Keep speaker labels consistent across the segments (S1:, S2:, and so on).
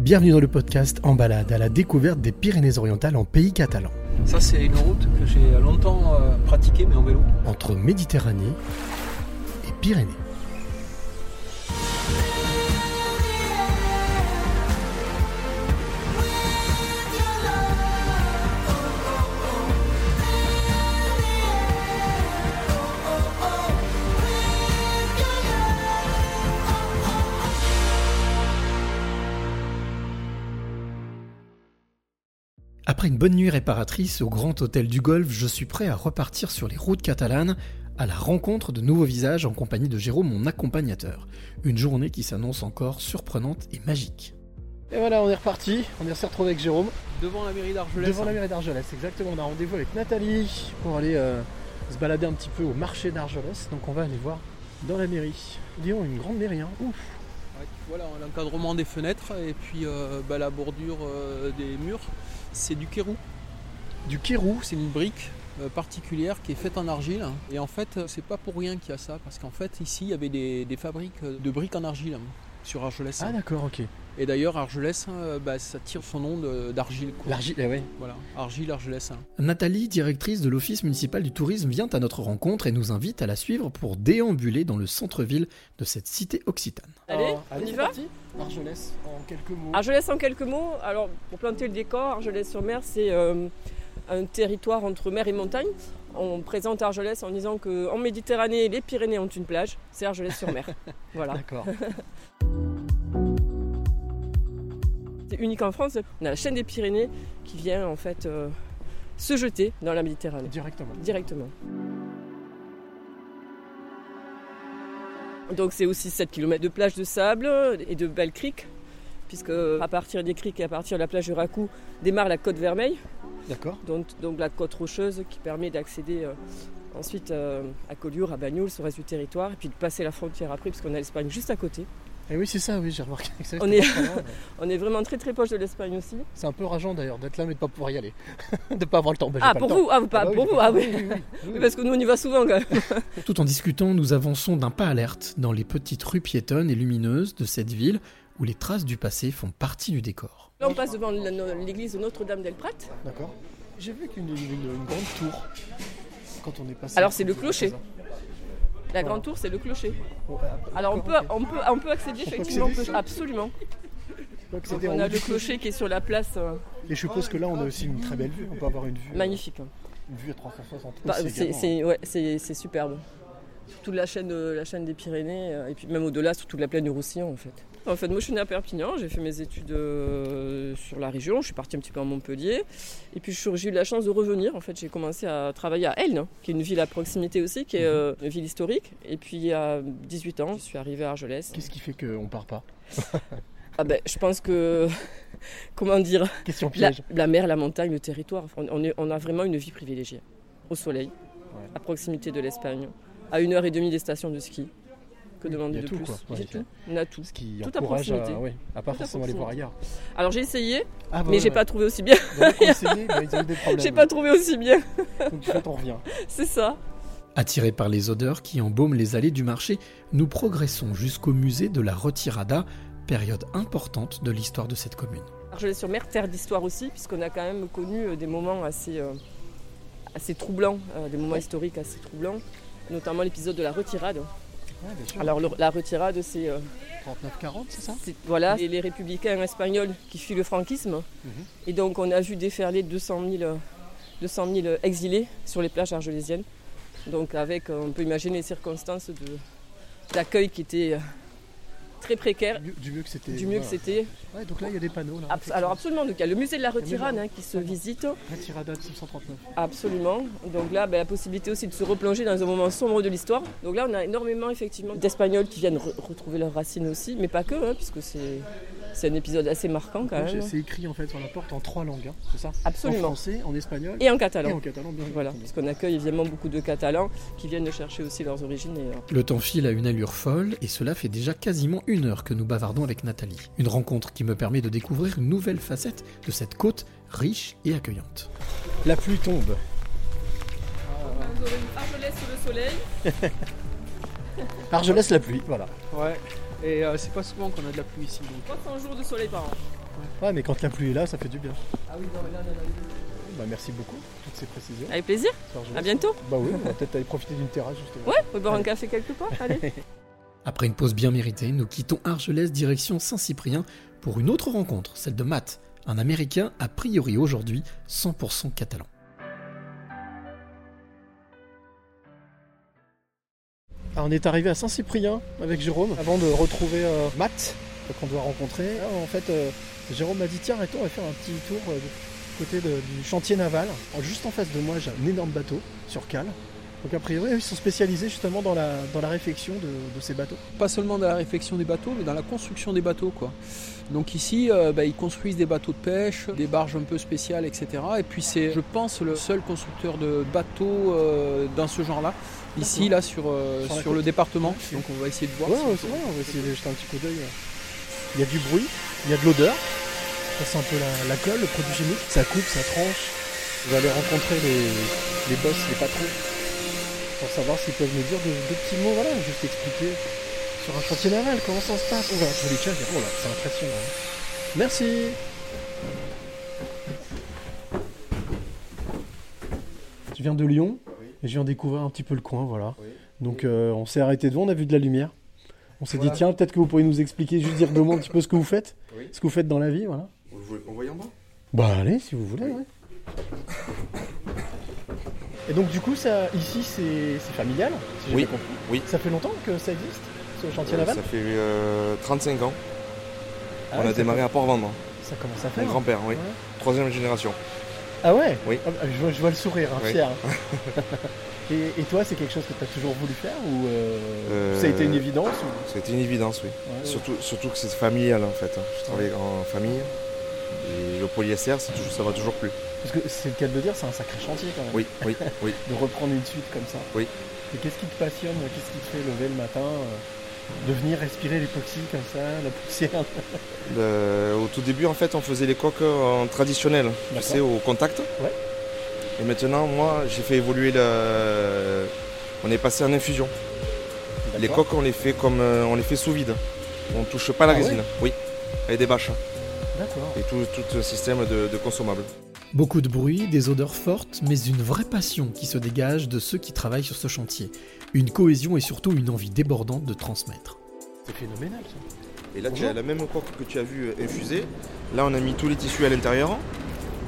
S1: Bienvenue dans le podcast En balade à la découverte des Pyrénées-Orientales en pays catalan.
S2: Ça, c'est une route que j'ai longtemps euh, pratiquée, mais en vélo.
S1: Entre Méditerranée et Pyrénées. Après une bonne nuit réparatrice au Grand Hôtel du Golfe, je suis prêt à repartir sur les routes catalanes à la rencontre de nouveaux visages en compagnie de Jérôme, mon accompagnateur. Une journée qui s'annonce encore surprenante et magique. Et voilà, on est reparti, on est retrouvé avec Jérôme
S2: Devant la mairie d'Argelès.
S1: devant la mairie d'Argelès. Exactement, on a rendez-vous avec Nathalie pour aller euh, se balader un petit peu au marché d'Argelès. Donc on va aller voir dans la mairie. Lyon, une grande mairie, hein. Ouf.
S2: Ouais, Voilà, l'encadrement des fenêtres et puis euh, bah, la bordure euh, des murs, c'est du kérou.
S1: Du Kérou.
S2: C'est une brique euh, particulière qui est faite en argile. Et en fait, euh, c'est pas pour rien qu'il y a ça, parce qu'en fait, ici, il y avait des, des fabriques euh, de briques en argile hein, sur Argelès.
S1: Ah d'accord, ok.
S2: et d'ailleurs, Argelès, euh, bah, ça tire son nom de- d'argile. quoi.
S1: L'argile, eh ouais.
S2: Voilà, argile, Argelès. hein.
S1: Nathalie, directrice de l'Office municipal du tourisme, vient à notre rencontre et nous invite à la suivre pour déambuler dans le centre-ville de cette cité occitane.
S3: Allez, on y
S1: c'est
S3: va Ah
S1: parti. Argelès, en quelques mots.
S3: Argelès en quelques mots. Alors, pour planter le décor, Argelès-sur-Mer, c'est euh, un territoire entre mer et montagne. On présente Argelès en disant que en Méditerranée, les Pyrénées ont une plage. C'est Argelès-sur-Mer. voilà.
S1: D'accord.
S3: C'est unique en France. On a la chaîne des Pyrénées qui vient en fait euh, se jeter dans la Méditerranée
S1: Directement.
S3: directement. Donc c'est aussi 7 km de plage de sable et de belles criques, puisque à partir des criques et à partir de la plage du Racou démarre la côte vermeille,
S1: D'accord.
S3: donc, donc la côte rocheuse qui permet d'accéder euh, ensuite euh, à Collioure, à Bagnoul, au reste du territoire, et puis de passer la frontière après, puisqu'on a l'Espagne juste à côté.
S1: Et Eh oui, c'est ça, oui, j'ai remarqué. que ça,
S3: On
S1: c'était
S3: est-
S1: pas mal.
S3: On est vraiment très très proche de l'Espagne aussi.
S1: C'est un peu rageant d'ailleurs d'être là mais de pas pouvoir y aller, de pas avoir le temps. Ben, j'ai
S3: ah
S1: pas
S3: pour
S1: le temps.
S3: vous, ah, pas
S1: Ah bah
S3: pour
S1: oui,
S3: vous, ah oui.
S1: oui.
S3: Oui, Parce que nous on y va souvent quand même.
S1: Tout en discutant, nous avançons d'un pas alerte dans les petites rues piétonnes et lumineuses de cette ville où les traces du passé font partie du décor.
S3: Là on passe devant la- l'église de Notre-Dame-del-Prat.
S1: D'accord. J'ai vu qu'une une- une grande tour quand on est passé.
S3: Alors, c'est le clocher. La grande tour c'est le clocher. Alors on peut, on peut, on peut accéder effectivement,
S1: accéder,
S3: on peut-
S1: ça
S3: absolument.
S1: Donc,
S3: Donc,
S1: c'était en
S3: on
S1: haut
S3: a le
S1: du clocher.
S3: clocher qui est sur la place, euh,
S1: Et je suppose que là, on a aussi une très belle vue. On peut avoir une vue, euh,
S3: magnifique.
S1: une vue à 360.
S3: Bah,
S1: aussi
S3: c'est-
S1: également.
S3: c'est ouais, c'est- c'est superbe. Sur toute la chaîne, euh, la chaîne des Pyrénées euh, et puis même au-delà, sur toute la plaine du Roussillon en fait. En fait, moi je suis née à Perpignan, j'ai fait mes études euh, sur la région, je suis partie un petit peu à Montpellier et puis je suis- j'ai eu la chance de revenir. En fait, j'ai commencé à travailler à Elne, qui est une ville à proximité aussi, qui est euh, une ville historique. Et puis à 18 ans, je suis arrivée à Argelès.
S1: Qu'est-ce qui fait qu'on part pas
S3: Ah ben, je pense que comment dire
S1: Question
S3: La,
S1: piège.
S3: la mer, la montagne, le territoire. On, on est- on a vraiment une vie privilégiée. Au soleil, à proximité de l'Espagne, à une heure et demie des stations de ski. Que
S1: Il y
S3: demander
S1: a
S3: de
S1: tout,
S3: plus
S1: quoi. Ouais,
S3: J'ai
S1: c'est-
S3: tout. On a tout.
S1: Ce qui
S3: Tout à
S1: encourage à,
S3: proximité.
S1: ouais, à pas
S3: Tout à
S1: forcément aller voir
S3: proximité.
S1: ailleurs.
S3: Alors j'ai essayé,
S1: Ah, bah,
S3: mais
S1: ouais,
S3: j'ai
S1: ouais.
S3: pas trouvé aussi bien.
S1: Dans les conseillers, bah, ils ont eu des problèmes.
S3: J'ai pas trouvé aussi bien.
S1: Donc, en fait, on revient.
S3: C'est ça.
S1: Attirés par les odeurs qui embaument les allées du marché, nous progressons jusqu'au musée de la Retirada, période importante de l'histoire de cette commune.
S3: Argelès-sur-Mer, terre d'histoire aussi, puisqu'on a quand même connu euh, des moments assez, euh, assez troublants, euh, des moments historiques assez troublants, notamment l'épisode de la retirade.
S1: Ouais, bien sûr.
S3: Alors le- la retirade, c'est euh,
S1: 39-40, c'est ça
S3: C'est- Voilà, Hein les, les républicains espagnols qui fuient le franquisme.
S1: Mhm.
S3: Et donc on a vu déferler 200 000, euh, 200 000 exilés sur les plages argelésiennes. Donc avec, euh, on peut imaginer les circonstances de- d'accueil qui étaient euh, très précaires,
S1: Du, du mieux que c'était.
S3: du mieux que
S1: voilà.
S3: c'était.
S1: Ouais, donc là, il y a des panneaux. Là,
S3: Abs- Alors absolument, donc il y a le musée de la
S1: musée de la
S3: retirade hein, qui se visite,
S1: Retirada de 639.
S3: absolument. Donc là, ben, la possibilité aussi de se replonger dans un moment sombre de l'histoire. Donc là, on a énormément effectivement d'Espagnols qui viennent re- retrouver leurs racines aussi, mais pas que, hein, puisque c'est c'est un épisode assez marquant quand
S1: Donc,
S3: même. hein.
S1: C'est écrit en fait sur la porte en trois langues, hein, c'est ça En
S3: Absolument.
S1: français, en espagnol
S3: Et en
S1: et,
S3: catalan.
S1: en catalan, bien
S3: Voilà,
S1: entendu.
S3: parce qu'on accueille évidemment beaucoup de Catalans qui viennent chercher aussi leurs origines. Et, euh,
S1: Le temps file à une allure folle et cela fait déjà quasiment une heure que nous bavardons avec Nathalie. Une rencontre qui me permet de découvrir une nouvelle facette de cette côte riche et accueillante. La pluie tombe.
S3: Vous aurez une Argelès sous le soleil.
S1: Alors je laisse la pluie, voilà.
S2: Ouais, et euh, c'est pas souvent qu'on a de la pluie ici. donc.
S3: 300 jours de soleil par an.
S1: Ouais, mais quand la pluie est là, ça fait du bien.
S2: Ah oui, non, mais là, il y en a eu.
S1: Bah, merci beaucoup pour toutes ces précisions.
S3: Avec plaisir,
S1: Enfin, je-
S3: à bientôt.
S1: Bah oui, on va peut-être aller profiter d'une terrasse justement.
S3: Ouais, on peut boire un café quelque part, allez.
S4: Après une pause bien méritée, nous quittons Argelès direction Saint-Cyprien pour une autre rencontre, celle de Matt, un Américain a priori aujourd'hui 100% catalan.
S1: Ah, on est arrivé à Saint-Cyprien avec Jérôme avant de retrouver euh, Matt euh, qu'on doit rencontrer. Ah, en fait, euh, Jérôme m'a dit tiens, attends, on va faire un petit tour euh, du côté de- du chantier naval. Alors, juste en face de moi, j'ai un énorme bateau sur cale. Donc a priori, ils sont spécialisés justement dans la, dans la réfection de, de ces bateaux.
S2: Pas seulement dans la réfection des bateaux, mais dans la construction des bateaux. Quoi. Donc ici, euh, bah, ils construisent des bateaux de pêche, des barges un peu spéciales, etc. Et puis c'est, je pense, le seul constructeur de bateaux euh, dans ce genre-là, ici, là, sur, euh,
S1: Sur la
S2: sur,
S1: côte.
S2: le département. Donc on va essayer de voir.
S1: Ouais,
S2: si
S1: ouais,
S2: on peut-
S1: ouais, on va essayer de jeter un petit coup d'œil. euh. Il y a du bruit, il y a de l'odeur. Ça sent un peu la, la colle, le produit chimique. Ça coupe, ça tranche. On va aller rencontrer les, les boss, les patrons, pour savoir s'ils peuvent nous dire deux, deux petits mots, voilà, juste expliquer sur un chantier naval comment ça se passe. On va tous les tiens, oh là, c'est impressionnant. hein. Merci. Je viens de Lyon et je viens découvrir un petit peu le coin, voilà. Donc euh, on s'est arrêté devant, on a vu de la lumière. On s'est dit, tiens, peut-être que vous pourriez nous expliquer, juste dire deux mots un petit peu ce que vous faites,
S5: Oui.
S1: ce que vous faites dans la vie, voilà.
S5: Vous le voulez qu'on voit en bas
S1: Bah allez, si vous voulez, ouais. Et donc du coup, ça, ici, c'est c'est familial, si j'ai
S5: Oui.
S1: bien compris.
S5: Oui.
S1: Ça fait longtemps que ça existe, ce chantier
S5: Euh,
S1: naval
S5: Ça fait euh, 35 ans.
S1: Ah
S5: on
S1: ouais,
S5: a
S1: ça
S5: démarré à Port-Vendre.
S1: fait- Ça commence à
S5: Mon
S1: faire.
S5: grand-père, oui.
S1: Ouais.
S5: Troisième génération.
S1: Ah ouais
S5: Oui.
S1: Ah, je, vois, je vois le sourire, hein,
S5: Oui.
S1: fier. et, et toi, c'est quelque chose que tu as toujours voulu faire ou euh,
S5: Euh,
S1: ça a été une évidence ou-
S5: C'était une évidence, oui.
S1: Ouais, ouais.
S5: Surtout, surtout que c'est familial en fait. hein. Je travaille en famille. Et le polyester, c'est toujours, ça va toujours plus.
S1: Parce que c'est le cas de le dire, c'est un sacré chantier quand même.
S5: Oui, oui, oui.
S1: de reprendre une suite comme ça.
S5: Oui.
S1: Et qu'est-ce qui te passionne Qu'est-ce qui te fait lever le matin euh, De venir respirer l'époxy comme ça, la poussière
S5: Le- au tout début, en fait, on faisait les coques en traditionnel, tu
S1: D'accord.
S5: sais, au contact.
S1: Ouais.
S5: Et maintenant, moi, j'ai fait évoluer la. On est passé en infusion. Les
S1: D'accord.
S5: coques, on les fait comme, euh, on les fait sous vide. On touche pas la
S1: Ah ouais
S5: résine. Oui. Avec des bâches.
S1: D'accord.
S5: et tout, tout un système de, de consommables.
S4: Beaucoup de bruit, des odeurs fortes, mais une vraie passion qui se dégage de ceux qui travaillent sur ce chantier. Une cohésion et surtout une envie débordante de transmettre.
S1: C'est phénoménal ça.
S5: Et là, tu
S1: Bonjour.
S5: as la même coque que tu as vu euh, infusée. Là, on a mis tous les tissus à l'intérieur.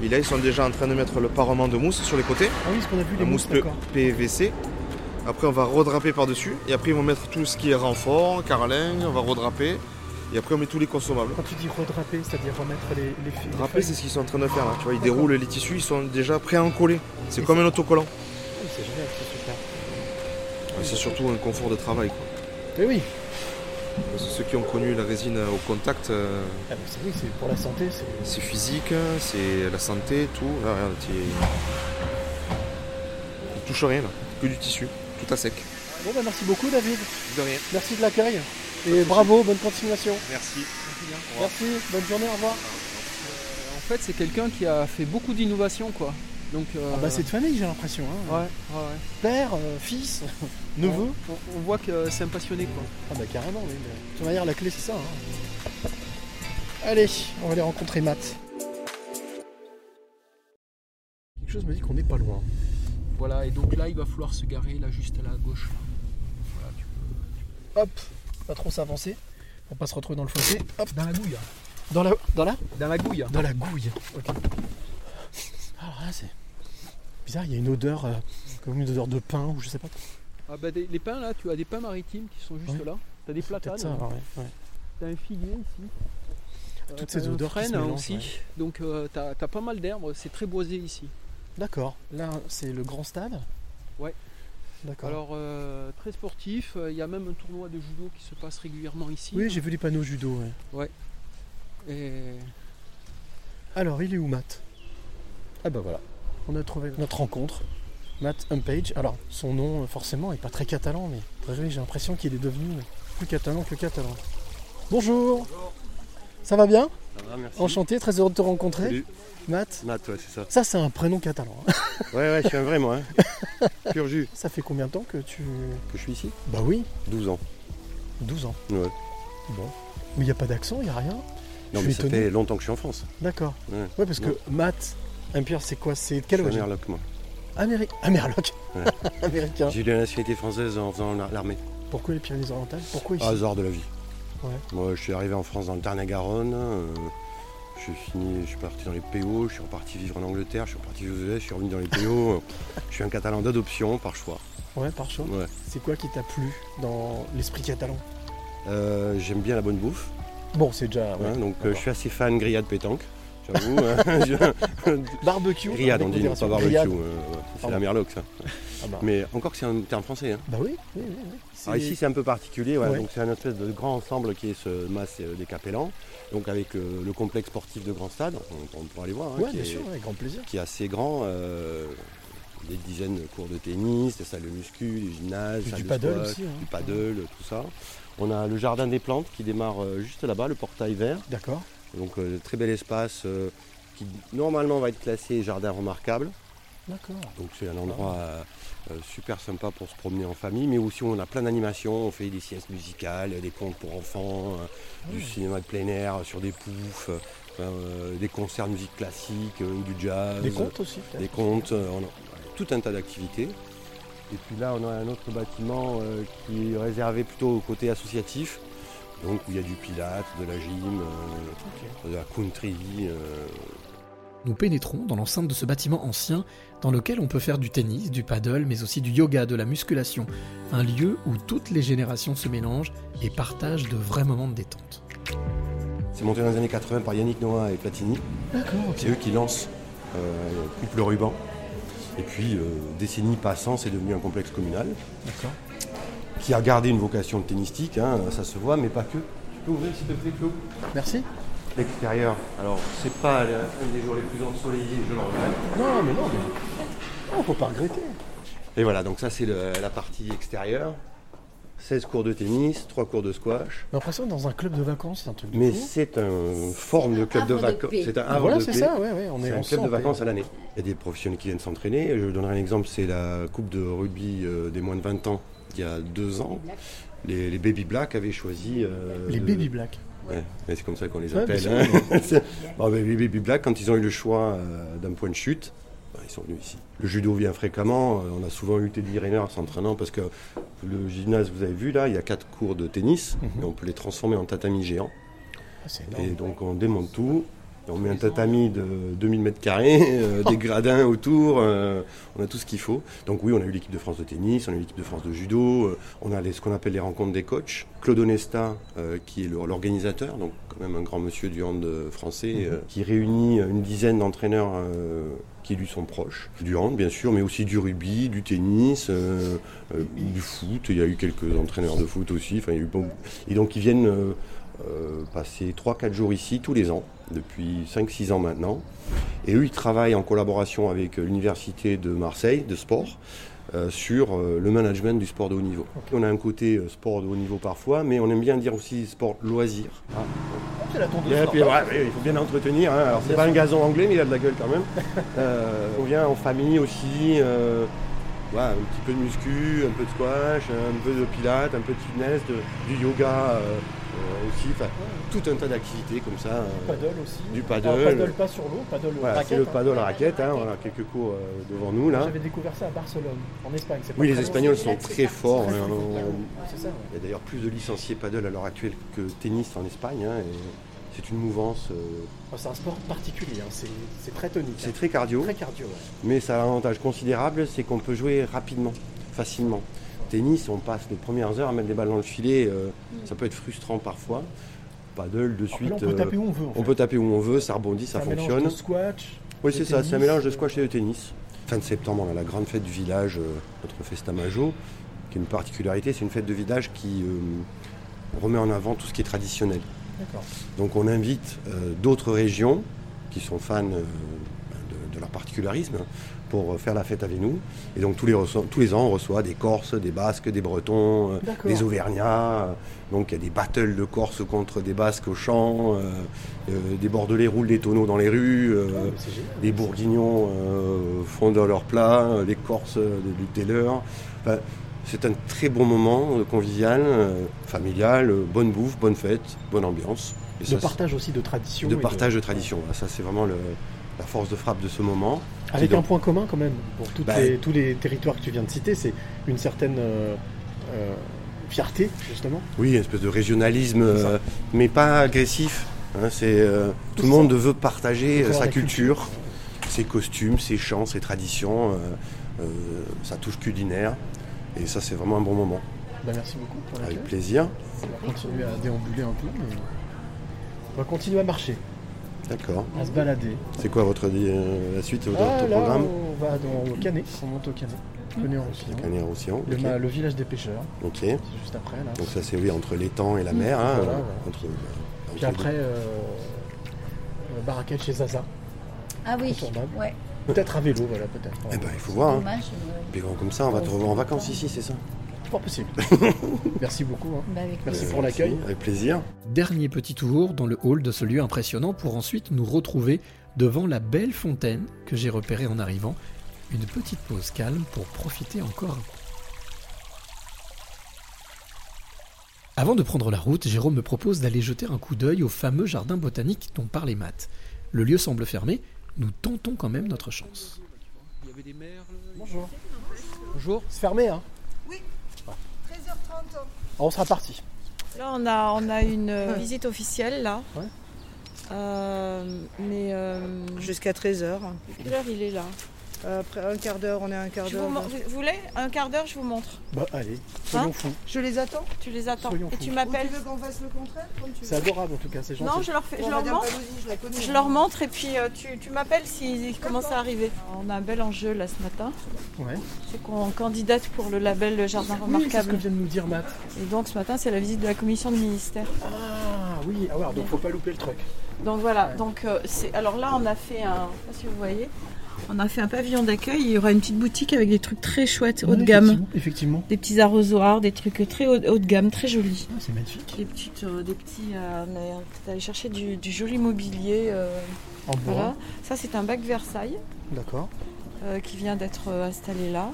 S5: Et là, ils sont déjà en train de mettre le parement de mousse sur les côtés,
S1: Ah oui, ce qu'on a vu,
S5: la
S1: les
S5: mousse
S1: mousses,
S5: P-
S1: d'accord.
S5: PVC. Après, on va redraper par-dessus. Et après, ils vont mettre tout ce qui est renfort, carlingue, on va redraper. Et après, on met tous les consommables.
S1: Quand tu dis redraper, c'est-à-dire remettre les, les fils. les
S5: Draper,
S1: feuilles.
S5: c'est ce qu'ils sont en train de faire là. Tu vois, ils
S1: D'accord.
S5: déroulent les tissus, ils sont déjà prêts à en coller. C'est
S1: Et
S5: comme un autocollant.
S1: Oh, c'est génial, c'est super.
S5: C'est surtout un confort de travail. quoi.
S1: Mais Eh oui,
S5: Parce que ceux qui ont connu la résine au contact, euh,
S1: Ah, mais c'est oui, c'est pour la santé, c'est.
S5: C'est physique, c'est la santé, tout. Là, regarde, tu il touche rien, là. Que du tissu, tout à sec.
S1: Bon bah merci beaucoup David,
S5: De rien.
S1: merci de l'accueil. Et bravo, bonne continuation.
S5: Merci.
S1: Merci, bonne journée, au revoir.
S2: En fait, c'est quelqu'un qui a fait beaucoup d'innovations. quoi. Donc, euh,
S1: Ah bah c'est de famille j'ai l'impression.
S2: ouais,
S1: Hein.
S2: ouais, ouais.
S1: Père, euh, fils, neveu.
S2: On, on voit que c'est un passionné. Quoi.
S1: Ah bah carrément, oui. mais De toute manière, la clé, c'est ça. hein. Allez, on va aller rencontrer Matt. Quelque chose me dit qu'on n'est pas loin.
S2: Voilà, et donc là, il va falloir se garer là, juste à la gauche. là. Voilà, tu peux-
S1: Hop, pas trop s'avancer pour pas se retrouver dans le fossé. Hop,
S2: Dans la gouille.
S1: dans la, dans la,
S2: Dans la gouille.
S1: dans la gouille. Ok. Alors Ah, là, c'est bizarre. Il y a une odeur, euh, comme une odeur de pain ou je sais pas.
S2: Ah bah des- les pins là, tu as des pins maritimes qui sont juste
S1: Ouais.
S2: là. T'as des
S1: C'est peut-être
S2: platanes,
S1: ça.
S2: hein.
S1: ouais, ouais.
S2: t'as un figuier ici. Euh,
S1: Toutes
S2: t'as
S1: ces
S2: un
S1: odeurs qui se
S2: frêne, hein,
S1: mélangent,
S2: aussi.
S1: ouais.
S2: Donc euh, t'as t'as pas mal d'herbes, c'est très boisé ici.
S1: D'accord. Là, c'est le grand stade.
S2: Ouais.
S1: D'accord.
S2: Alors euh, très sportif, euh, il y a même un tournoi de judo qui se passe régulièrement ici.
S1: Oui, j'ai vu les panneaux judo. ouais.
S2: Et
S1: Alors, il est où Matt Ah bah voilà. On a trouvé notre rencontre. Matt Humpage. Alors, son nom, euh, forcément, est pas très catalan, mais a priori, j'ai l'impression qu'il est devenu euh, plus catalan que catalan. Bonjour Ça va bien
S6: Ça va, merci.
S1: Enchanté, très heureux de te rencontrer.
S6: Salut.
S1: Matt,
S6: Nat, ouais, c'est ça.
S1: ça c'est un prénom catalan. hein.
S6: Ouais, ouais, je suis un vrai, moi. hein. Pur jus.
S1: Ça fait combien de temps que tu...
S6: Que je suis ici
S1: Bah oui,
S6: 12 ans.
S1: 12 ans.
S6: Ouais.
S1: Bon. Mais il n'y a pas d'accent, il n'y a rien. Je
S6: Non,
S1: suis
S6: mais ça
S1: étonné. Ah,
S6: fait longtemps que je suis en France.
S1: D'accord.
S6: Ouais.
S1: Ouais, parce que
S6: Non.
S1: Matt, Impure, c'est quoi C'est de
S6: Je
S1: quelle
S6: suis un
S1: origine
S6: Merloc, moi.
S1: Amérique. Ah, Merloc.
S6: Ouais.
S1: Américain.
S6: J'ai eu la nationalité française en faisant l'ar- l'armée.
S1: Pourquoi les Pyrénées-Orientales Pourquoi ici
S6: Hasard de la vie.
S1: Ouais.
S6: Moi, je suis arrivé en France dans le Tarn-et-Garonne. euh, je, suis fini- je suis parti dans les PO, je suis reparti vivre en Angleterre, je suis reparti vivre aux US, je suis revenu dans les PO. euh, je suis un Catalan d'adoption par choix.
S1: Ouais, par choix.
S6: Ouais.
S1: C'est quoi qui t'a plu dans l'esprit catalan
S6: Euh, J'aime bien la bonne bouffe.
S1: Bon, c'est déjà. ouais.
S6: hein, donc, euh,
S1: d'accord.
S6: je suis assez fan grillade pétanque. J'avoue. hein, je-
S1: Barbecue. hein,
S6: grillade,
S1: avec
S6: on dit, non,
S1: modération.
S6: pas barbecue.
S1: Grillade.
S6: euh, ouais, c'est
S1: Pardon.
S6: la merloc, ça.
S1: Ah bah.
S6: Mais encore que c'est un terme français. hein.
S1: Bah oui, oui, oui, oui. C'est-
S6: Alors Ah, ici c'est un peu particulier, ouais,
S1: Ouais.
S6: donc c'est un espèce de grand ensemble qui est ce masse euh, des Capellans, donc avec euh, le complexe sportif de Grand Stade, on, on pourra aller voir, hein,
S1: Ouais,
S6: qui,
S1: bien
S6: est,
S1: sûr, avec grand plaisir.
S6: qui est assez grand, euh, des dizaines de cours de tennis, des salles de muscu, des gymnases,
S1: Et
S6: salles
S1: du
S6: de
S1: paddle
S6: squash,
S1: aussi. hein.
S6: du paddle, tout ça. On a le jardin des plantes qui démarre euh, juste là-bas, le portail vert,
S1: D'accord.
S6: donc euh, très bel espace euh, qui normalement va être classé jardin remarquable.
S1: D'accord.
S6: Donc c'est un endroit euh, euh, super sympa pour se promener en famille, mais aussi on a plein d'animations, on fait des siestes musicales, des contes pour enfants, euh, du cinéma de plein air euh, sur des poufs, euh, euh, des concerts de musique classique, euh, du jazz,
S1: Des comptes aussi, peut-être.
S6: des contes, euh, on a tout un tas d'activités. Et puis là on a un autre bâtiment euh, qui est réservé plutôt au côté associatif, donc où il y a du pilates, de la gym, euh, de la country. euh,
S4: Nous pénétrons dans l'enceinte de ce bâtiment ancien dans lequel on peut faire du tennis, du paddle, mais aussi du yoga, de la musculation. Un lieu où toutes les générations se mélangent et partagent de vrais moments de détente.
S6: C'est monté dans les années 80 par Yannick Noah et Platini.
S1: D'accord, ok.
S6: C'est eux qui lancent euh, coupe le ruban. Et puis, euh, décennie passant, c'est devenu un complexe communal
S1: D'accord.
S6: qui a gardé une vocation tennistique, hein, ça se voit, mais pas que. Tu peux ouvrir s'il te plaît, Claude
S1: Merci.
S6: L'extérieur, alors c'est pas euh, un des jours les plus ensoleillés, je le regrette.
S1: Non, mais non, mais. Non, faut pas regretter.
S6: Et voilà, donc ça c'est le- la partie extérieure. 16 cours de tennis, 3 cours de squash.
S1: J'ai l'impression d'être dans un club de vacances, c'est un truc de
S6: Mais
S1: fou.
S6: c'est un forme de club de
S7: havre de
S6: vacances.
S7: paix.
S6: C'est un
S1: Ah,
S6: havre
S1: voilà,
S6: de
S1: c'est
S6: paix.
S1: ça, ouais, ouais, on est,
S6: C'est
S1: on
S6: un
S1: se sent
S6: club de
S1: en hein. paix.
S6: vacances à l'année. Il y a des professionnels qui viennent s'entraîner. Je donnerai un exemple, c'est la Coupe de rugby euh, des moins de 20 ans, il y a deux ans. Les, les Baby Black avaient choisi... euh,
S1: Les
S6: de-
S1: baby black.
S6: Ouais, mais c'est comme ça qu'on les
S1: Ouais,
S6: appelle.
S1: bien
S6: hein. C'est- Bon, mais les Baby Black, quand ils ont eu le choix euh, d'un point de chute, ben, ils sont venus ici. Le judo vient fréquemment. euh, On a souvent eu Teddy Riner s'entraînant parce que le gymnase, vous avez vu là, il y a quatre cours de tennis.
S1: Mhm.
S6: Et on peut les transformer en tatami géant.
S1: Ah, c'est
S6: Et
S1: énorme.
S6: donc on démonte tout, et on met un tatami de 2000 mètres carrés, euh, des gradins autour, euh, on a tout ce qu'il faut. Donc oui, on a eu l'équipe de France de tennis, on a eu l'équipe de France de judo, euh, on a les- ce qu'on appelle les rencontres des coachs. Claude Onesta, euh, qui est le- l'organisateur, donc quand même un grand monsieur du hand euh, français, euh, qui réunit une dizaine d'entraîneurs euh, qui lui sont proches. Du hand, bien sûr, mais aussi du rugby, du tennis, euh, euh, du foot. Il y a eu quelques entraîneurs de foot aussi. Enfin, il y a eu beaucoup- Et donc, ils viennent euh, euh, passer 3-4 jours ici tous les ans, depuis 5-6 ans maintenant. Et eux, ils travaillent en collaboration avec euh, l'Université de Marseille de sport euh, sur euh, le management du sport de haut niveau. On a un côté euh, sport de haut niveau parfois, mais on aime bien dire aussi sport loisir. Ah,
S1: C'est la tondeuse,
S6: et puis,
S1: non
S6: ouais, ouais, il faut bien l'entretenir. hein. Alors, c'est
S1: Bien
S6: pas un
S1: sûr.
S6: gazon anglais, mais il a de la gueule quand même. Euh, on vient en famille aussi. euh, ouais, un petit peu de muscu, un peu de squash, un peu de pilates, un peu de fitness, de- du yoga euh, euh, aussi. Enfin, tout un tas d'activités comme ça. euh.
S1: Paddle aussi.
S6: Du
S1: Ah,
S6: paddle.
S1: paddle pas sur l'eau, paddle
S6: Voilà,
S1: raquette.
S6: c'est le
S1: hein.
S6: paddle à raquette. hein. on a quelques cours euh, devant nous là.
S1: J'avais découvert ça à Barcelone, en Espagne. c'est pas
S6: Oui,
S1: très
S6: les
S1: loin.
S6: Espagnols sont très forts. hein.
S1: C'est ça, ouais.
S6: Il y a d'ailleurs plus de licenciés paddle à l'heure actuelle que tennis en Espagne. hein, et c'est une mouvance. euh,
S1: Ah, C'est un sport particulier, hein, c'est c'est très tonique.
S6: c'est
S1: hein.
S6: très cardio.
S1: Très cardio, ouais.
S6: Mais ça a un avantage considérable, c'est qu'on peut jouer rapidement, facilement. Tennis, on passe les premières heures à mettre des balles dans le filet, euh, ça peut être frustrant parfois.
S1: Mm.
S6: Paddle, de
S1: Alors que
S6: suite,
S1: là, on peut
S6: euh,
S1: taper où on veut. en
S6: on
S1: fait.
S6: peut taper où on veut, ça rebondit, ça
S1: C'est un mélange
S6: fonctionne.
S1: de squash.
S6: Oui,
S1: de
S6: c'est ça, c'est un
S1: tennis, euh.
S6: mélange de squash et de tennis. Fin de septembre, on a la grande fête du village, euh, notre Festa Majo, qui est une particularité, c'est une fête de village qui euh, remet en avant tout ce qui est traditionnel.
S1: D'accord.
S6: Donc on invite euh, d'autres régions qui sont fans euh, de, de leur particularisme pour euh, faire la fête avec nous. Et donc tous les, reço- tous les ans, on reçoit des Corses, des Basques, des Bretons, euh,
S1: D'accord.
S6: des Auvergnats. euh, Donc il y a des battles de Corses contre des Basques au champ. euh, euh, des Bordelais roulent des tonneaux dans les rues. euh,
S1: Ouais, Ah, mais c'est génial.
S6: les Bourguignons euh, font dans leurs plats, euh, les Corses euh, des, des leurs. Enfin, c'est un très bon moment euh, convivial, euh, familial, euh, bonne bouffe, bonne fête, bonne ambiance. Et
S1: de
S6: ça,
S1: partage aussi de tradition.
S6: de
S1: et
S6: partage de tradition. Voilà, ça, c'est vraiment le- la force de frappe de ce moment.
S1: Avec
S6: Qui
S1: un
S6: donc-
S1: point commun quand même, pour toutes
S6: Bah,
S1: les- tous les territoires que tu viens de citer, c'est une certaine euh, euh, fierté, justement.
S6: Oui, une espèce de régionalisme,
S1: C'est ça.
S6: euh, mais pas agressif. hein, c'est, euh, tout le
S1: ça.
S6: monde veut partager
S1: Encore
S6: euh, sa
S1: la culture.
S6: culture, ses costumes, ses chants, ses traditions, euh, euh, sa touche culinaire. Et ça, c'est vraiment un bon moment.
S1: Bah, merci beaucoup pour l'accueil.
S6: Avec plaisir.
S1: On va continuer à déambuler un peu, mais on va continuer à marcher,
S6: D'accord.
S1: à se balader.
S6: C'est quoi votre euh, la suite de
S1: Ah,
S6: votre
S1: là,
S6: programme
S1: on va dans, au Canet, on monte au Canet. Canet en Roussillon.
S6: Canet Roussillon.
S1: Le,
S6: Ok.
S1: ma- le village des pêcheurs,
S6: Ok.
S1: c'est juste après là.
S6: Donc ça, c'est oui entre l'étang et la mer. hein,
S1: Mm. Voilà,
S6: euh,
S1: voilà.
S6: entre-
S1: Puis
S6: entre-
S1: après, euh, euh, barricade chez Zaza.
S7: Ah oui,
S1: Incontournable.
S7: ouais,
S1: Peut-être à vélo, voilà, peut-être.
S6: Eh ben, il faut voir. Hein.
S7: dommage. euh,
S6: Puis bon, comme ça, on va te revoir en vacances ici, c'est ça
S1: Pas possible. merci beaucoup. hein.
S7: bah, avec
S1: Merci
S6: Euh,
S1: pour l'accueil.
S6: Avec plaisir.
S4: Dernier petit tour dans le hall de ce lieu impressionnant pour ensuite nous retrouver devant la belle fontaine que j'ai repérée en arrivant. Une petite pause calme pour profiter encore un peu. Avant de prendre la route, Jérôme me propose d'aller jeter un coup d'œil au fameux jardin botanique dont parlait Matt. Le lieu semble fermé, nous tentons quand même notre chance.
S2: Il y avait des merles.
S1: Bonjour.
S2: Bonjour.
S1: C'est fermé, hein Oui. 13h30. On sera parti.
S8: Là, on a, on a une euh, visite officielle, là.
S1: Ouais.
S8: Euh, mais euh,
S9: Jusqu'à 13h.
S8: quelle heure il est là
S9: Après un quart d'heure, on est à un quart
S8: Je vous,
S9: d'heure.
S8: mon- vous vous voulez Un quart d'heure, je vous montre.
S1: Bah allez, soyons fous.
S9: Je les attends.
S8: Tu les attends.
S1: Soyons
S8: Et
S1: fous.
S8: tu
S9: Ou
S8: m'appelles.
S9: tu veux qu'on fasse le contraire comme tu veux.
S1: C'est adorable en tout cas, ces gens.
S8: Non, je leur, fais-
S9: Bon,
S8: je leur
S9: Madame
S8: montre.
S9: Palozzi, je la connais. hein.
S8: Je leur montre et puis euh, tu, tu m'appelles s'ils commencent à arriver. On a un bel enjeu là ce matin,
S1: Ouais.
S8: c'est qu'on candidate pour le label Le
S1: Oui,
S8: Jardin
S1: c'est ce que
S8: Remarquable.
S1: vient de nous dire Matt.
S8: Et donc ce matin c'est la visite de la commission du ministère.
S1: Ah oui, ah ouais, donc faut pas louper le truc.
S8: Donc voilà,
S1: Ouais.
S8: donc euh, c'est alors là on a fait un je sais pas si vous voyez, on a fait un pavillon d'accueil, il y aura une petite boutique avec des trucs très chouettes, haut de
S1: Ouais,
S8: gamme,
S1: effectivement, Effectivement,
S8: des petits arrosoirs, des trucs très haut, haut de gamme, très jolis.
S1: Ah, c'est magnifique.
S8: Des petites euh, des petits euh, on est peut-être allé chercher du, du joli mobilier euh,
S1: En bois,
S8: voilà. Ça c'est un bac Versailles
S1: d'accord.
S8: euh, qui vient d'être euh, installé là.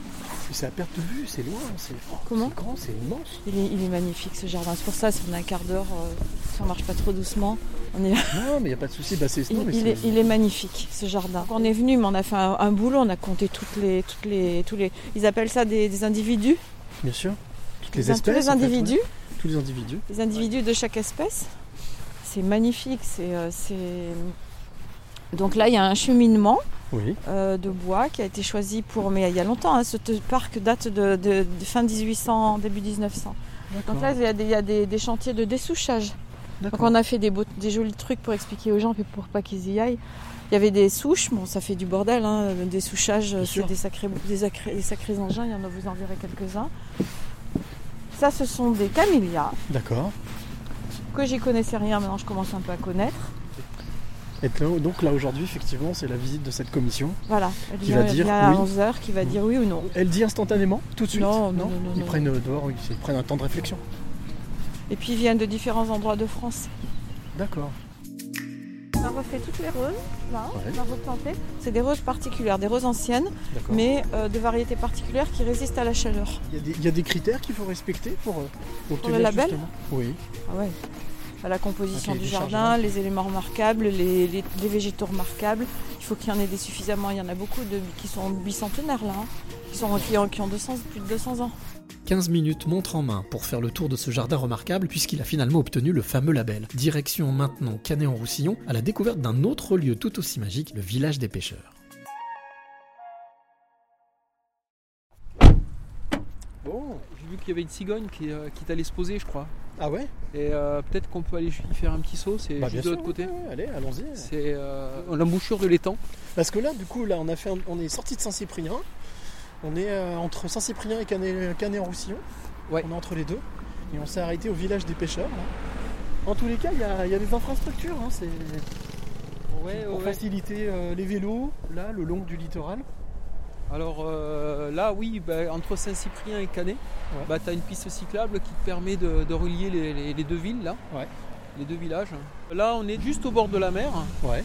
S1: C'est à perte de vue, c'est loin, c'est oh,
S8: Comment
S1: c'est grand, c'est immense.
S8: Il est, il est magnifique ce jardin. C'est pour ça, si on a un quart d'heure, euh, si on marche pas trop doucement, on est.
S1: Non, mais il n'y a pas de souci. Bah, c'est
S8: Il,
S1: non, mais
S8: il
S1: c'est-
S8: est, il est magnifique ce jardin. On est venu, mais on a fait un, un boulot. On a compté toutes les, toutes les, tous les. Ils appellent ça des, des individus.
S1: Bien sûr. Toutes les
S8: Tous
S1: espèces.
S8: les
S1: en fait, ouais.
S8: individus,
S1: Tous les individus.
S8: les individus de chaque espèce. C'est magnifique. C'est, euh, c'est- Donc là, il y a un cheminement
S1: Oui.
S8: euh, de bois qui a été choisi pour. Mais il y a longtemps. hein, ce te- parc date de, de- de fin 1800, début 1900. Donc là, il y a des, il y a des- des chantiers de dessouchage. Donc on a fait des, beaux- des jolis trucs pour expliquer aux gens puis pour pas qu'ils y aillent. Il y avait des souches, bon ça fait du bordel, hein, des souchages, c'est
S1: sûr.
S8: des sacrés, des, sacrés, des sacrés engins, il y en a, vous en verrez quelques-uns. Ça ce sont des camélias,
S1: D'accord.
S8: que j'y connaissais rien, maintenant je commence un peu à connaître.
S1: Et là- donc là aujourd'hui, effectivement, c'est la visite de cette commission.
S8: Voilà, elle
S1: Qui
S8: vient,
S1: va dire
S8: elle vient à
S1: oui.
S8: 11h, qui va
S1: Mm.
S8: dire oui ou non.
S1: Elle dit instantanément, tout de suite.
S8: Non, non, non, non,
S1: Ils
S8: non.
S1: prennent euh, dehors, ils, ils prennent un temps de réflexion.
S8: Et puis ils viennent de différents endroits de France.
S1: D'accord.
S8: On a refait toutes les roses, là,
S1: Ouais.
S8: on a replanté. C'est des roses particulières, des roses anciennes,
S1: D'accord.
S8: mais euh, de variétés particulières qui résistent à la chaleur.
S1: Il y, a des- il y a des critères qu'il faut respecter pour euh, obtenir
S8: le label
S1: justement- Oui.
S8: Ah ouais. À la composition
S1: Ok,
S8: du
S1: du
S8: jardin,
S1: jardin.
S8: les éléments remarquables, les, les- les végétaux remarquables. Il faut qu'il y en ait des suffisamment. Il y en a beaucoup de, qui sont bicentenaires là, hein, qui, sont, qui, ont, qui ont 200 plus de 200 ans.
S4: 15 minutes montre en main pour faire le tour de ce jardin remarquable puisqu'il a finalement obtenu le fameux label. Direction maintenant Canet-en-Roussillon à la découverte d'un autre lieu tout aussi magique, le village des pêcheurs.
S1: Bon.
S2: J'ai vu qu'il y avait une cigogne qui, euh, qui est allée se poser, je crois.
S1: Ah ouais
S2: Et euh, peut-être qu'on peut aller y faire un petit saut, c'est
S1: Bah,
S2: juste de l'autre côté.
S1: ouais, ouais, allez, allons-y.
S2: C'est euh, l'embouchure de l'étang.
S1: Parce que là, du coup, là, on a fait, un- on est sorti de Saint-Cyprien. On est euh, entre Saint-Cyprien et Canet, en Roussillon.
S2: Ouais.
S1: On est entre les deux. Et on s'est arrêté au village des pêcheurs. là. En tous les cas, il y, a- il y a des infrastructures. hein, c'est
S2: Oh, Ouais,
S1: pour faciliter euh, les vélos, là, le long du littoral.
S2: Alors euh, là, oui, bah, entre Saint-Cyprien et Canet,
S1: Ouais.
S2: bah, tu as une piste cyclable qui te permet de, de relier les, les- les deux villes, là,
S1: Ouais.
S2: les deux villages. Là, on est juste au bord de la mer.
S1: Ouais.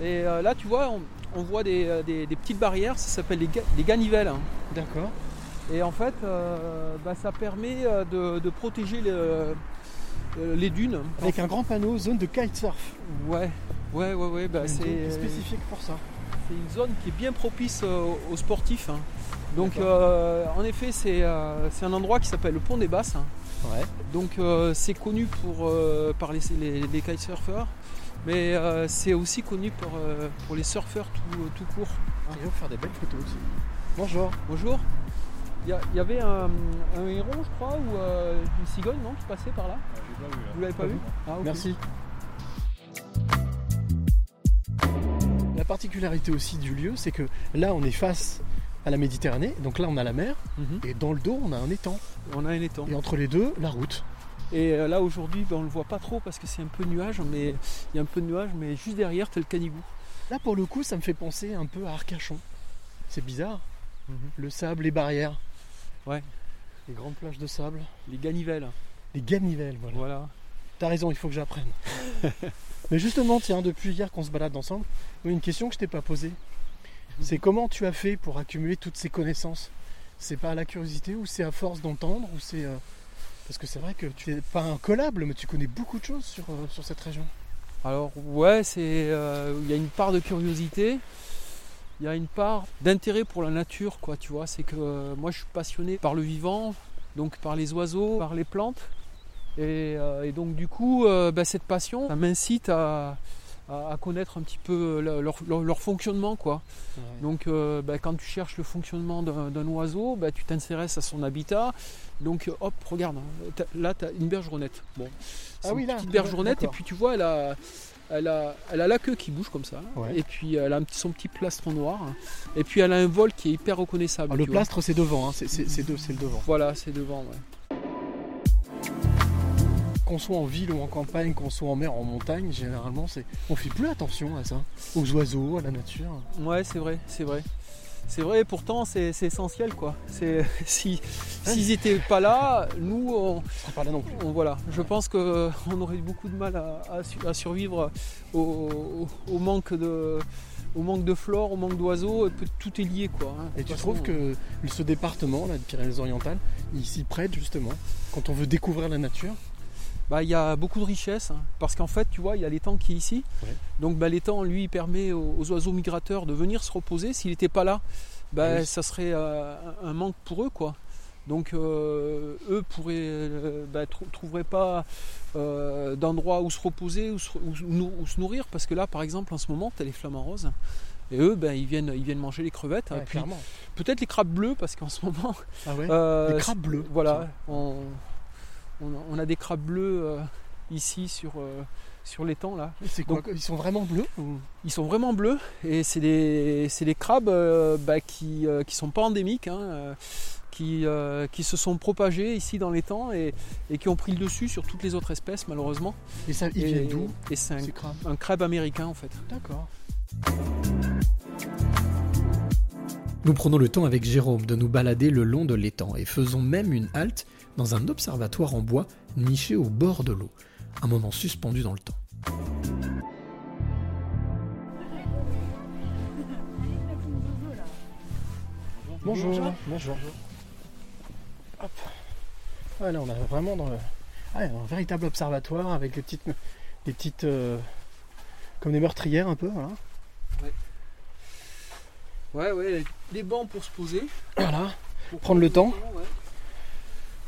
S2: Et euh, là, tu vois, on, on voit des, euh, des- des petites barrières, ça s'appelle les, ga- les ganivelles.
S1: D'accord.
S2: Et en fait, euh, bah, ça permet euh, de, de protéger le- euh, les dunes.
S1: Avec un grand panneau, zone de kitesurf.
S2: Ouais, ouais, ouais, ouais. bah,
S1: C'est
S2: c'est
S1: spécifique pour ça.
S2: c'est une zone qui est bien propice euh, aux sportifs. hein. Donc,
S1: D'accord.
S2: euh, en effet, c'est euh, c'est un endroit qui s'appelle le Pont des Basses. hein.
S1: Ouais.
S2: Donc, euh, c'est connu pour, euh, par les, les, les kitesurfers, mais euh, c'est aussi connu pour, euh, pour les surfeurs tout, euh, tout court.
S1: Et on faire des belles photos aussi. Bonjour.
S2: Bonjour. Il y, a- il y avait un, un héron, je crois, ou euh, une cigogne, non, qui passait par là Vous l'avez Ah, pas
S1: Pas
S2: vu
S1: vu.
S2: Ah, ok.
S1: Merci. La particularité aussi du lieu, c'est que là, on est face à la Méditerranée, donc là, on a la mer,
S2: Mhm.
S1: et dans le dos, on a un étang,
S2: On a un étang.
S1: et entre les deux, la route.
S2: Et euh, là aujourd'hui, ben, on le voit pas trop parce que c'est un peu nuage, mais il y a un peu de nuage, mais juste derrière, t'as le canigou.
S1: Là, pour le coup, ça me fait penser un peu à Arcachon. C'est bizarre.
S2: Mhm.
S1: Le sable, les barrières.
S2: Ouais.
S1: Les grandes plages de sable.
S2: Les ganivelles.
S1: Les gamivelles, voilà.
S2: Voilà.
S1: T'as raison, il faut que j'apprenne. Mais justement, tiens, depuis hier qu'on se balade ensemble, oui, une question que je t'ai pas posée. C'est comment tu as fait pour accumuler toutes ces connaissances C'est par la curiosité ou c'est à force d'entendre ou c'est euh, parce que c'est vrai que tu n'es pas un collable, mais tu connais beaucoup de choses sur, euh, sur cette région.
S2: Alors ouais, c'est euh, il y a une part de curiosité, il y a une part d'intérêt pour la nature, quoi. Tu vois, c'est que euh, moi je suis passionné par le vivant, donc par les oiseaux, par les plantes, et, euh, et donc du coup, euh, bah, cette passion, ça m'incite à, à- à connaître un petit peu le- leur, leur- leur fonctionnement, quoi. Donc euh, bah, quand tu cherches le fonctionnement d'un d'un oiseau, bah, tu t'intéresses à son habitat. Donc euh, hop, regarde, t'as- là tu as une bergeronnette. Bon, c'est
S1: Ah oui,
S2: une
S1: là,
S2: petite bergeronnette et
S1: d'accord.
S2: puis tu vois elle a, elle a, elle a la queue qui bouge comme ça.
S1: Ouais.
S2: Et puis elle a un petit- son petit plastron noir. Et puis elle a un vol qui est hyper reconnaissable.
S1: Ah, le
S2: tu vois.
S1: plastre, c'est devant, hein, c'est c'est- c'est de- c'est le devant.
S2: Voilà, c'est devant. ouais.
S1: Qu'on soit en ville ou en campagne, qu'on soit en mer, en montagne, généralement, c'est on fait plus attention à ça, aux oiseaux, à la nature.
S2: Ouais, c'est vrai, c'est vrai. C'est vrai, et pourtant c'est c'est essentiel quoi. C'est si s'ils étaient pas là, nous on,
S1: Ça parle non plus.
S2: On- euh, voilà, je pense qu'on aurait eu beaucoup de mal à, à su- à survivre au, au- au manque de, au manque de flore, au manque d'oiseaux, et peu- tout est lié quoi. hein. De
S1: Et
S2: toute
S1: tu
S2: façon,
S1: trouves
S2: euh,
S1: que ce département, là, de Pyrénées-Orientales, il s'y prête justement quand on veut découvrir la nature
S2: bah, Il y a beaucoup de richesses, hein, parce qu'en fait, tu vois, il y a l'étang qui est ici.
S1: Ouais.
S2: Donc bah, l'étang, lui, il permet aux, aux oiseaux migrateurs de venir se reposer. S'il n'était pas là, bah,
S1: Ah oui.
S2: ça serait euh, un un manque pour eux quoi. Donc euh, eux pourraient, euh, bah, trou- trouveraient pas euh, d'endroits où se reposer, où se, où se- nou- où se nourrir, parce que là, par exemple, en ce moment, tu as les flamants roses, et eux, ben, ils, viennent, ils viennent manger les crevettes,
S1: Ouais,
S2: et Ah, puis
S1: clairement.
S2: peut-être les crabes bleus, parce qu'en ce moment,
S1: Ah ouais
S2: euh,
S1: Les crabes bleus.
S2: voilà, on, on, on a des crabes bleus euh, ici sur, euh, sur l'étang, là.
S1: C'est quoi Ils sont vraiment bleus ou-
S2: Ils sont vraiment bleus, et c'est des, c'est des crabes euh, bah, qui ne sont pas endémiques, hein, euh, qui, euh, qui se sont propagés ici dans l'étang, et, et qui ont pris le dessus sur toutes les autres espèces, malheureusement.
S1: Et ça, ils
S2: Et-
S1: viennent d'où
S2: Et c'est un
S1: Ces crabes.
S2: un crabe américain en fait.
S1: D'accord.
S4: Nous prenons le temps avec Jérôme de nous balader le long de l'étang et faisons même une halte dans un observatoire en bois niché au bord de l'eau, un moment suspendu dans le temps.
S1: Bonjour. Bonjour. Hop. Ah, là, on a vraiment dans le- ah, un véritable observatoire avec des petites, des petites, euh, comme des meurtrières un peu. Voilà.
S2: Ouais, ouais, les bancs pour se poser.
S1: Voilà. Prendre le temps.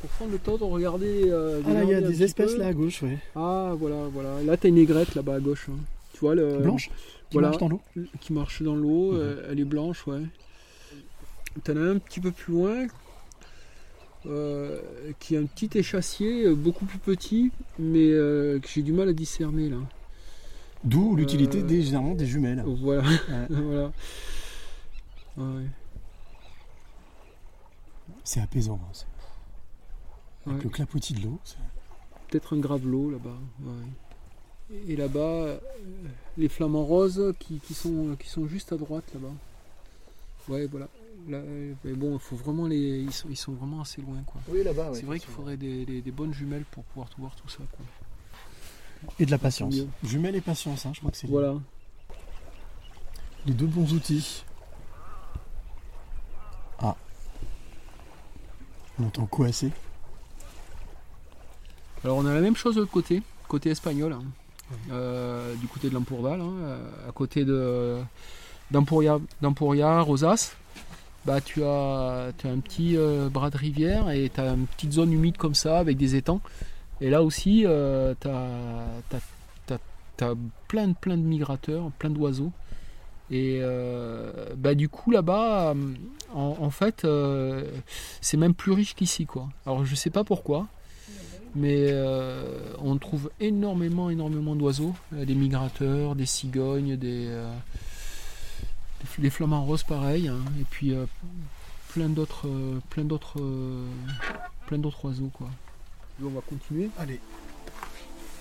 S2: Pour prendre le temps de regarder. euh,
S1: Ah là, il y a
S2: regarder un
S1: des
S2: petit
S1: espèces
S2: peu.
S1: là à gauche, ouais.
S2: Ah, voilà, voilà. Là, t'as une aigrette là-bas à gauche. hein. Tu vois, le,
S1: Blanche. Mhm. Qui
S2: voilà.
S1: marche dans l'eau.
S2: qui marche dans l'eau, euh, elle est blanche, ouais. T'en as un petit peu plus loin, euh, qui est un petit échassier, euh, beaucoup plus petit, mais euh, que j'ai du mal à discerner là.
S1: D'où l'utilité
S2: Euh,
S1: des, généralement des jumelles.
S2: Voilà.
S1: Ah. Ouais.
S2: voilà. Ouais.
S1: C'est apaisant. hein, c'est- Avec
S2: Ouais.
S1: le clapotis de l'eau. c'est-
S2: peut-être un gravelot là-bas. ouais. Et là-bas, euh, les flamants roses qui, qui sont, qui sont juste à droite là-bas. Ouais, voilà. Là, euh, mais bon, il faut vraiment les, ils sont, ils sont vraiment assez loin quoi.
S1: Oui, là-bas.
S2: c'est vrai qu'il faudrait des, des- des bonnes jumelles pour pouvoir tout voir tout ça. quoi.
S1: Et de la patience.
S2: mieux.
S1: Jumelles et patience, hein, je crois que c'est
S2: Voilà.
S1: les deux bons outils. Ah. On entend coasser.
S2: Alors on a la même chose de l'autre côté, côté espagnol, hein. Euh, du côté de l'Empourdal, hein, euh, à côté de d'Emporia, d'Emporia, Rosas. Bah, tu, as, tu as un petit euh, bras de rivière et tu as une petite zone humide comme ça avec des étangs. Et là aussi, euh, tu as, plein, de- plein de migrateurs, plein d'oiseaux. Et euh, bah, du coup, là-bas, euh, en, en fait, euh, c'est même plus riche qu'ici. quoi. Alors, je sais pas pourquoi, mais euh, on trouve énormément, énormément d'oiseaux, euh, des migrateurs, des cigognes, des, euh, des fl- des flamants roses, pareil, hein, et puis euh, plein d'autres, euh, plein d'autres, euh, plein d'autres oiseaux, quoi. on va continuer.
S1: Allez.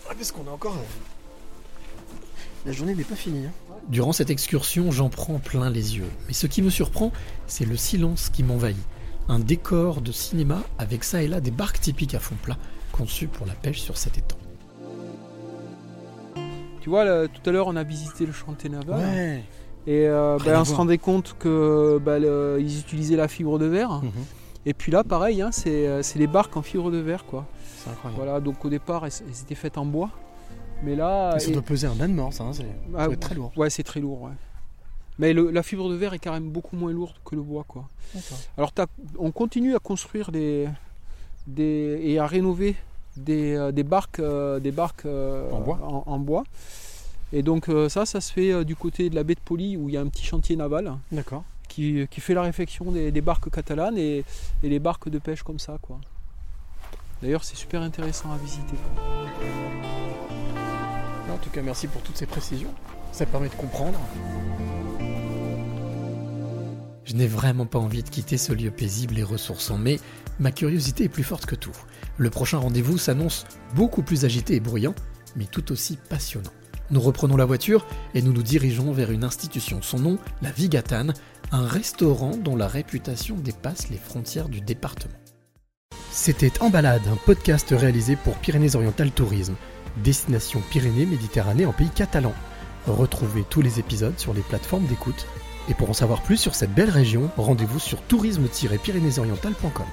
S1: Ah, parce qu'on a encore. La journée n'est pas finie. hein.
S4: Durant cette excursion, j'en prends plein les yeux. Mais ce qui me surprend, c'est le silence qui m'envahit. Un décor de cinéma avec ça et là des barques typiques à fond plat, conçues pour la pêche sur cet étang.
S2: Tu vois, là, tout à l'heure, on a visité le chantier naval.
S1: Ouais.
S2: Et euh,
S1: Rien
S2: bah,
S1: à
S2: on se
S1: voir.
S2: rendait compte que bah, le- ils utilisaient la fibre de verre.
S1: Mhm.
S2: Et puis là, pareil, hein, c'est euh, c'est les barques en fibre de verre. quoi.
S1: C'est incroyable.
S2: Voilà, donc au départ, elles, elles étaient faites en bois. Mais là.
S1: Mais Ça
S2: et-
S1: doit peser un âne mort, ça. hein, c'est ça
S2: ah,
S1: doit être très lourd.
S2: ouais, c'est très lourd. ouais. Mais le- la fibre de verre est quand même beaucoup moins lourde que le bois. quoi. Alors t'as- on continue à construire des, des- et à rénover des, euh, des barques, euh, des barques euh,
S1: En bois.
S2: en- en bois. Et donc euh, ça, ça se fait euh, du côté de la baie de Poli où il y a un petit chantier naval
S1: D'accord.
S2: qui, qui fait la réfection des, des barques catalanes et, et les barques de pêche comme ça. quoi. D'ailleurs, c'est super intéressant à visiter. quoi.
S1: En tout cas, merci pour toutes ces précisions. Ça permet de comprendre.
S4: Je n'ai vraiment pas envie de quitter ce lieu paisible et ressourçant, mais ma curiosité est plus forte que tout. Le prochain rendez-vous s'annonce beaucoup plus agité et bruyant, mais tout aussi passionnant. Nous reprenons la voiture et nous nous dirigeons vers une institution, son nom, la Vigatane, un restaurant dont la réputation dépasse les frontières du département. C'était En Balade, un podcast réalisé pour Pyrénées-Orientales Tourisme, destination Pyrénées-Méditerranée en pays catalan. Retrouvez tous les épisodes sur les plateformes d'écoute et pour en savoir plus sur cette belle région, rendez-vous sur tourisme-pyrénées-orientales.com.